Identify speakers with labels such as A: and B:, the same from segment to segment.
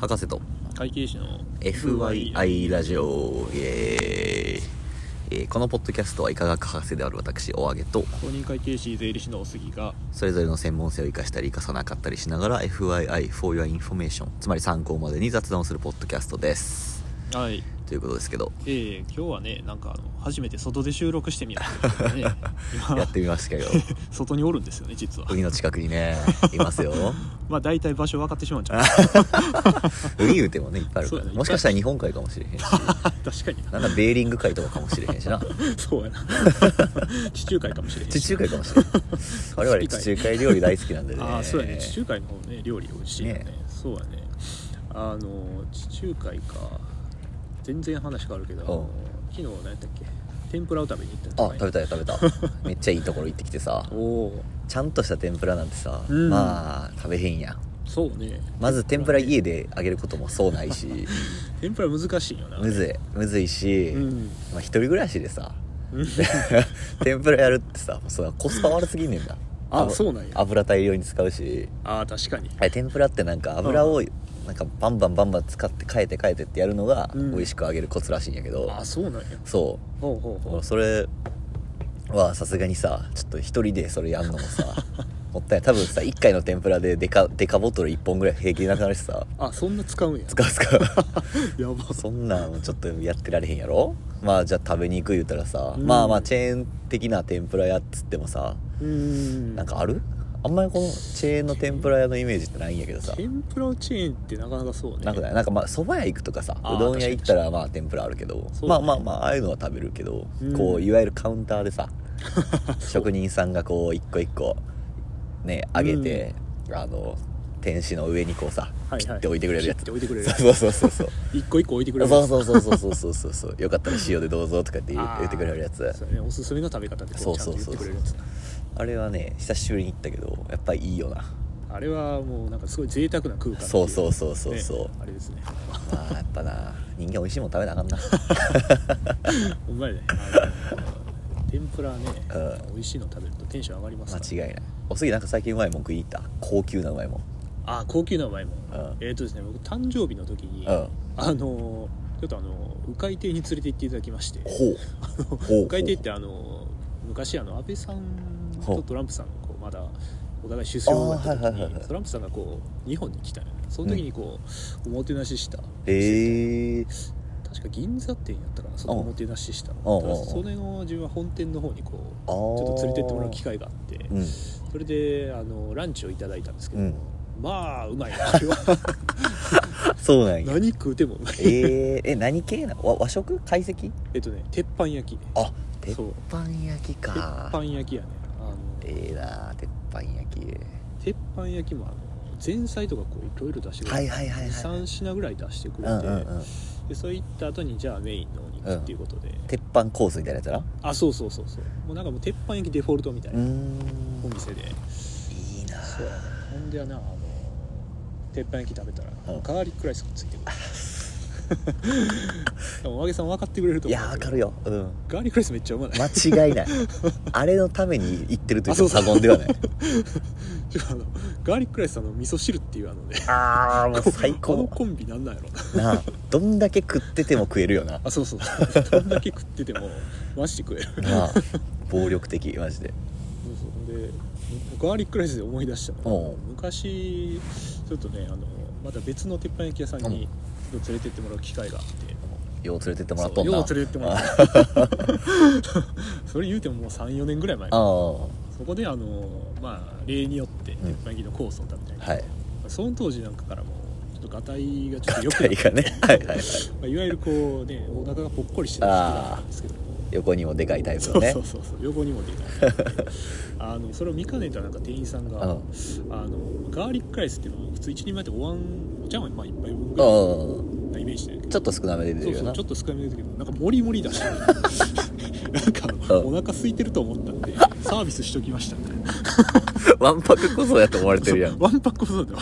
A: 博士と
B: 会計士の
A: FYI ラジオイエーイえーこのポッドキャストは医科学博士である私おあげと
B: 公認会計士税理士の杉が
A: それぞれの専門性を生かしたり生かさなかったりしながら FYI for your information つまり参考までに雑談をするポッドキャストです
B: はい
A: ということですけ ど
B: えー、今日はねなんかあの初めて外で収録してみようということでね
A: やってみましたけど
B: 外におるんですよね実は
A: 海の近くにねいます よ
B: まあ大体場所分かってしまうんちゃう
A: 海言うてもねいっぱいあるから、
B: そうだね
A: もしかしたら日本海かもしれへん し
B: 確かにな
A: なんだベーリング海とかかもしれへ んしな
B: そうやな地中海かもしれへんし
A: 地中海かも しれない我々地中海料理大好きなんでね
B: ああそうやね地中海の方ね料理美味しいよね
A: ね
B: そうやねあの地中海か全然話変わるけどあの昨日何やったっけ天ぷらを食べに行った
A: あ食べたよ食べ ためっちゃいいところ行ってきてさ
B: おおー
A: ちゃんとした天ぷらなんてさ、
B: うん
A: まあ食べへんやん
B: そうね
A: まず天ぷら家で揚げることもそうない し
B: 天ぷら難しいよな
A: むずいむずいし、
B: うん
A: まあ一人暮らしで さ天ぷらやるってさそのコスパ悪すぎんねんな
B: あ
A: ぶ
B: そうなんや
A: 油大量に使うし
B: ああ確かに
A: あれ天ぷらってなんか油をなんかバンバンバンバン使って変えて変えてってやるのが
B: うん
A: 美味しく揚げるコツらしいんやけど、
B: あそうなんや
A: そう
B: ほうほうほう
A: それはさすがにさちょっと一人でそれやんのも さもったいない多分さ1回の天ぷらでデカデカボトル1本ぐらい平気でなくなるしさ
B: あそんな使う んや
A: 使う使う
B: やば
A: そんなんちょっとやってられへんやろまあじゃあ食べに行く言うたらさ、
B: うん
A: まあまあチェーン的な天ぷら屋っつってもさ
B: うーん
A: なんかあるあんまりこのチェーンの天ぷら屋のイメージってないんやけどさ
B: 天ぷらチェーンってなかなかそうね
A: なくないなんかまあそば屋行くとかさ
B: あー
A: うどん屋行った
B: 確から
A: まあ天ぷらあるけど、
B: そう
A: ま
B: だ
A: あ
B: ね
A: まあまあああいうのは食べるけど、
B: うん
A: こういわゆるカウンターでさ職人さんがこう一個一個ね揚げて、あの天使の上にこうさ
B: はいはい
A: 切って置いてくれるや
B: 切っ
A: つ、
B: て置いてくれるやつ
A: そうそう そうそうそう
B: 一個一個置いてくれる
A: そ
B: や
A: う
B: つ
A: そうそうそうそうそうそうそうよかったら塩でどうぞとかって言う
B: あー
A: 言ってくれるやつ
B: そうやねおすすめの食べ方ってこうちゃんと言ってくれるやつな
A: あれはね久しぶりに行ったけどやっぱいいよ な
B: あれはもうなんかすごい贅沢な空間ってい
A: そうそうそうそうそう
B: ねあれですね
A: まあやっぱな人間美味しいもん食べなあかん な
B: うまいねあ の天ぷらね
A: う
B: 美味しいの食べるとテンション上がりますから
A: 間違いないおすぎなんか最近うまいもん食いに行った高級なうまいもん
B: あ高級なうまいもん、
A: ん
B: えっ、とですね僕誕生日の時に、
A: うん
B: あのーちょっとあのー鵜飼亭に連れて行っていただきまして
A: ほうほうほう
B: 鵜飼亭ってあのー昔あの安倍さん
A: ほ
B: と
A: う
B: トランプさんのこうまだお互い出世をやった時に、
A: あーはいはいはいはい
B: トランプさんがこう日本に来たのよその時にこう、おもてなしした
A: へえ
B: 確か銀座店やったからそのおもてなしした
A: お
B: の
A: うおうおう
B: それの自分は本店の方にこ
A: あち
B: うちょ
A: ょ
B: っと連れてってもらう機会があって
A: うん
B: それであのランチをいただいたんですけど、
A: うん
B: まあうまいな
A: そうなんや
B: 何食うてもうまい
A: えー、え何系な和和食懐石
B: えっとね鉄板焼き
A: あ鉄
B: そう
A: 板焼き
B: 鉄
A: か
B: 板焼きやねあの
A: ええな鉄板焼き
B: 鉄板焼きもあの前菜とかこういろいろ出してく
A: は
B: れ
A: い
B: て、
A: はいはいはい
B: 3品ぐらい出してく
A: う
B: れ
A: ん
B: て、
A: うんうん
B: でそういった後にじゃあメインのお肉っていうことで、
A: 鉄板コースみたいなやつやな
B: あそうそうそうそうもうなんかもう鉄板焼きデフォルトみたいう
A: ー
B: なんお店で、
A: いいな
B: そうやねほんでやなあの鉄板焼き食べたら、
A: うん
B: ガーリックライスがついてくる でもお揚げさん分かってくれると
A: い
B: 思う
A: やわ
B: け
A: か
B: ど
A: るようん
B: ガーリックライスめっちゃうまない
A: 間違いないあれのために行ってると言っても
B: あそ
A: 過
B: うそう
A: 言ではない
B: ちょあのガーリックライスあの味噌汁って いう あのね
A: ああもう最
B: この
A: 高
B: コンビなんなんやろ
A: な
B: な
A: あどんだけ食ってても食えるよな
B: あそうそうそうどんだけ食っててもマジで食えるそう
A: なあ暴力的マジで
B: そうでガーリックライスで思い出したの
A: おう
B: が昔ちょっとねあのまた別の鉄板焼き屋さんに連れてってもらう機会があって
A: よう連れてってもらっ
B: そ
A: と
B: うんよ
A: な
B: う連れてってもらった それ言うてももう34年ぐらい
A: あ
B: 前
A: あ
B: そこであのまあ例によって鉄板焼きのコースを食べたりとか、
A: はい
B: その当時なんかからもうちょっとガタイ がちょっと良くな
A: 体
B: って
A: がねはいはいはい
B: まあ、いわゆるこうねお腹がぽっこりしてた時期だったんですけども
A: 横にもでかいタイプのね
B: そうそうそうそう横にもで かいあのそれを見かねたなんか店員さんが、
A: うん
B: あのガーリックライスっていうのは普通一人前ってお椀お茶碗まあ一杯分ぐらい
A: うん
B: なイメージだけど
A: ちょっと少なめで出
B: そ
A: て
B: う
A: るよ
B: そう
A: な
B: ちょっと少なめだけどなんかモリモリ だしなんかあの
A: う
B: お腹空いてると思ったんでサービスしときましたみたいな
A: わんぱくこそやと思われてるやん
B: ワンパックそうだよ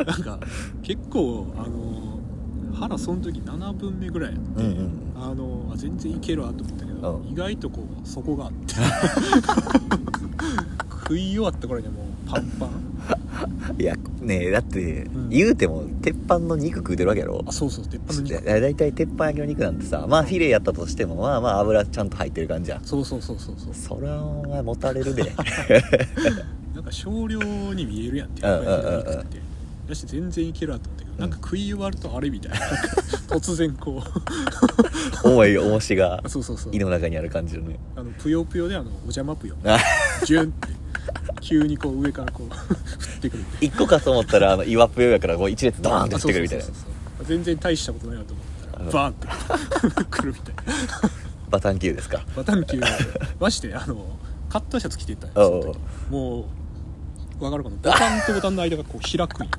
B: 俺なんか結構あの腹その時7分目ぐらいやった
A: うんうん
B: あのあ全然いけるわと思ったけど、
A: うん
B: 意外とこ う底があって食い終わった頃にはもうパンパン
A: いやねえだって、
B: うん
A: 言うても鉄板の肉食うてるわけやろ
B: あそうそう鉄板の
A: いや
B: 肉
A: 大体鉄板焼きの肉なんてさまあフィレやったとしてもまあまあ油ちゃんと入ってる感じや
B: そうそうそうそうそう
A: そりゃお前もたれる で
B: なんか少量に見えるやんって
A: うんうんうんうん
B: 鉄板焼きの肉ってだし全然いけるなと思ったけど、なんか食い終わるとあれみた いな突然こ
A: 重い重しが
B: うそうそうそう
A: 胃の中にある感じのね
B: あのぷよぷよであのお邪魔ぷよ
A: あ
B: ジュンって急にこう上からこう 降ってくるみたいな
A: 一個かと思ったらあの岩ぷよやからこう一列ドーンって降ってくるみたいな
B: あそうそうそうそう全然大したことないなと思ったらバーンって 来るみたいな
A: バタンキューですか
B: バタンキューましてあのカットシャツ着てったんよその時
A: おう
B: もうわかるかなボタンとボタンの間がこう開くんよ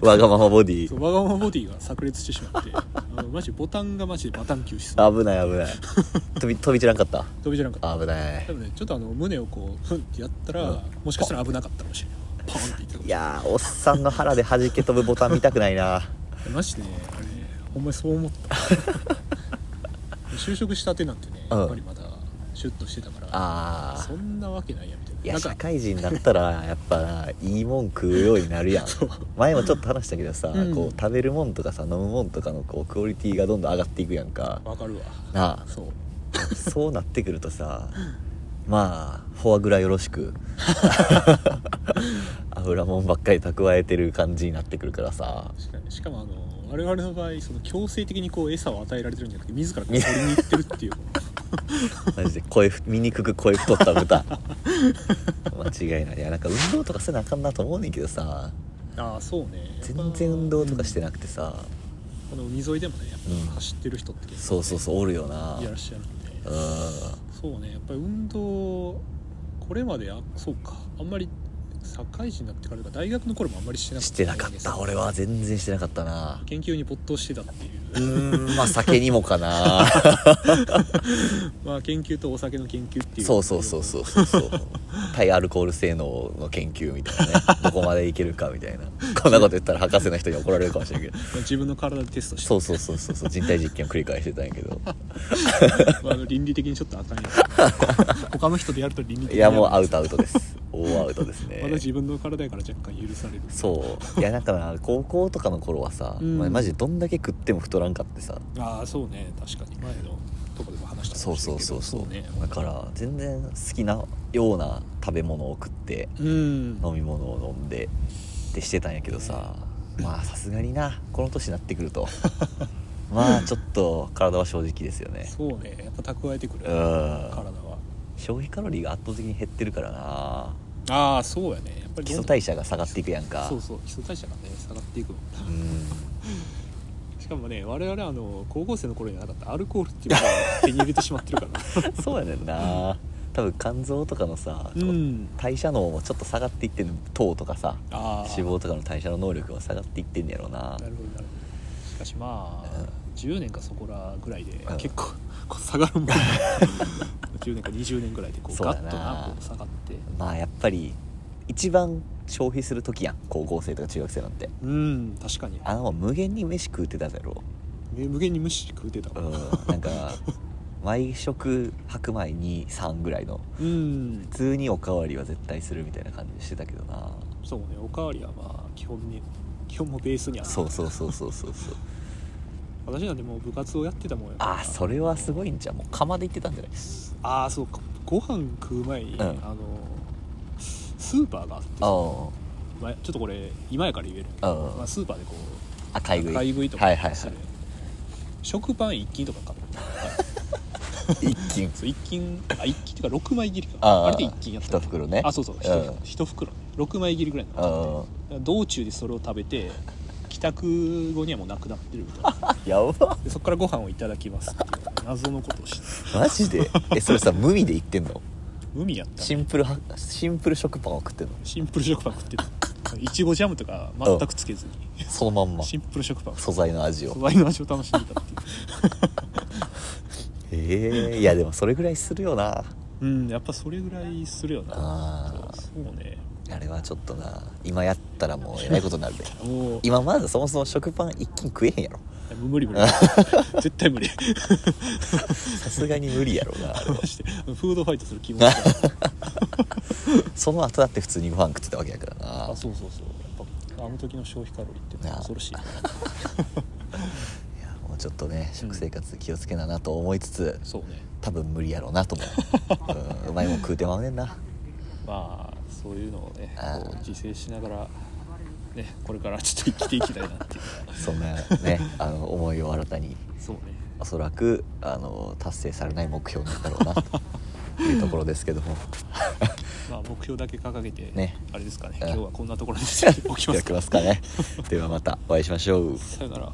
A: わがままボディ
B: そうわがままボディが炸裂してしまってあのマジボタンがマジでバタンキューしそう
A: 危ない危ない 飛び飛び散らんかった
B: 飛びじゃなかった
A: 危ない
B: 多分ねちょっとあの胸をこうフンってやったら、
A: うん
B: もしかしたら危なかったかもしれないパーンっていったか
A: い
B: もしれ
A: やーおっさんの腹で弾け飛ぶボタン見たくない な
B: ないマジでねあれほんまにそう思った就職したてなんてね
A: うん
B: やっぱりまだシュッとしてたから、
A: あ
B: そんなわけないやみたい
A: ーいや
B: ななんか
A: 社会人になったらやっぱないいもん食うようになるやん
B: そう
A: 前もちょっと話したけどさ、
B: うん
A: こう食べるもんとかさ飲むもんとかのこうクオリティがどんどん上がっていくやんか
B: わかるわ
A: な
B: そう
A: あそうなってくるとさまあフォアグラよろし く 油もんばっかり蓄えてる感じになってくるからさ
B: 確かにしかもあの我々の場合その強制的にこう餌を与えられてるんじゃなくて自らこう取りに行ってるっていう
A: マジで声ふ醜く声太った豚間違いないいやなんか運動とかせなあかんなと思うねんけどさ
B: ああそうねやっぱ
A: 全然運動とかしてなくてさ
B: この海沿いでもねやっ
A: うん
B: ぱ走ってる人って結
A: そうそうそうおるよな
B: 構いらっしゃるんで、
A: うん
B: そうねやっぱり運動これまであそうかあんまり社会人になってからとか大学の頃もあんまりしてなかっ
A: したてなかった俺は全然してなかったな
B: 研究に没頭してたっていう う
A: ーんまあ酒にもかな
B: まあ研究とお酒の研究っていう
A: そうそうそうそうそうそう対アルコール性能の研究みたいなねどこまでいけるかみたいなこんなこと言ったら博士の人に怒られるかもしれんけど
B: まあ自分の体でテストして
A: そうそうそうそうそう人体実験を繰り返してたんやけど
B: まああの倫理的にちょっとあかんやつ 他の人でやると倫理的
A: い
B: に
A: やもうア
B: う
A: ウトアウトです大アウトです
B: まだ
A: ね
B: 自分の体やから若干許される
A: そういやなんかな高校とかの頃はさ、
B: うん
A: まあマジどんだけ食っても太らんかってさ
B: ああそうね確かに前のとこでも話したか
A: そ
B: も
A: う
B: しれ
A: そ
B: ん
A: う
B: けど
A: そうそう
B: ね
A: だから全然好きなような食べ物を食って
B: うん
A: 飲み物を飲んでってしてたんやけどさまあさすがになこの年になってくる とまあちょっと体は正直ですよね
B: そうねやっぱ蓄えてくる
A: う
B: 体
A: ん
B: は
A: 消費カロリーが圧倒的に減ってるからな
B: ああそうやねやっぱり
A: 基礎
B: どんどん
A: 代謝が下がっていくやんか
B: そうそう基礎代謝がね下がっていくもんな
A: うん
B: しかもね我々あの高校生の頃にはなかったアルコールっていうのを手に入れてしまってるか ら
A: そうやねんな多分肝臓とかのさ、
B: うん
A: 代謝能もちょっと下がっていってんの糖とかさ
B: ああ
A: 脂肪とかの代謝の能力も下がっていってんねやろうな
B: なるほどなるほどしかしまあ、
A: うん
B: 10年かそこらぐらいで
A: うん
B: 結構 こう下がるもんね10年か20年ぐらいでこう
A: そう
B: ガ
A: だ
B: ッ
A: な
B: となこう下がって
A: まあやっぱり一番消費する時やん高校生とか中学生なんて
B: うん確かに
A: あの無限に飯食うてただろ
B: 無無限に無視食うてた
A: う
B: わ
A: んなん か毎食白米23ぐらいの
B: うん
A: 普通におかわりは絶対するみたいな感じしてたけどな
B: そうねおかわりはまあ基本に基本もベースにある
A: そうそうそうそうそうそう
B: 私なんてもう部活をやってたもんやから
A: ああそれはすごいんじゃんもう釜で行ってたんじゃない
B: ああそうかご飯食う前に、
A: うん
B: あのスーパーがあって
A: あ
B: さ
A: あ
B: まあ、ちょっとこれ今やから言えるんやけ
A: うんう
B: ど
A: ん、
B: まあ、スーパーでこ
A: あ買いう食い
B: 買い食いとか
A: は
B: す
A: い
B: る
A: はい
B: やん、
A: はい
B: 食パン一斤とか買って
A: 一斤
B: そう一斤あ一斤っていうか6枚切りか
A: あ
B: あ
A: あ
B: れで一斤やった
A: 一袋ね
B: あそうそう一
A: うん
B: 一袋ね6枚切りぐらいな
A: あ
B: 道中でそれを食べて帰宅後にはもうなくなってるみたいな
A: あやば
B: でそこからご飯をいただきますっていう謎のことをして
A: マジでえそれさ無味で行ってんの
B: 海やった
A: シ
B: ね
A: ンプルはシンプル食パンを食ってんの
B: シンプル食パン食ってたいちごジャムとか全くつけずに、
A: そのまんま
B: シンプル食パン
A: 素材の味を
B: 素材の味を楽しんでたっていう
A: ええいやでもそれぐらいするよな
B: うんやっぱそれぐらいするよな
A: あー
B: そうそうね
A: あれはちょっとな今やったらもうえらいことになるで
B: もうい
A: 今まずそもそも食パン一気に食えへんやろ
B: や無理無理絶対無理
A: さすがに無理やろなあれ は
B: マジでフードファイトする気持ちが
A: その後だって普通にご飯食ってたわけやからな
B: あそうそうそうやっぱあの時の消費カロリーって
A: なあ
B: 恐 ろしい
A: いやもうちょっとね食生活気をつけななと思いつつ、
B: そうね
A: 多分無理やろうな と思う、うん、うまいもん食うてまうねんな
B: まあそういうのをね
A: あー
B: こう自制しながらねこれからちょっと生きていきたいなっていう
A: そんな ねあの思いを新たに
B: そうね
A: おそらくあの達成されない目標なんだろうなというところですけども
B: まあ目標だけ掲げて、
A: ね
B: あれですかね
A: うん
B: 今日はこんなところで起きます
A: やって
B: か
A: ますかねではまたお会いしましょう
B: さよなら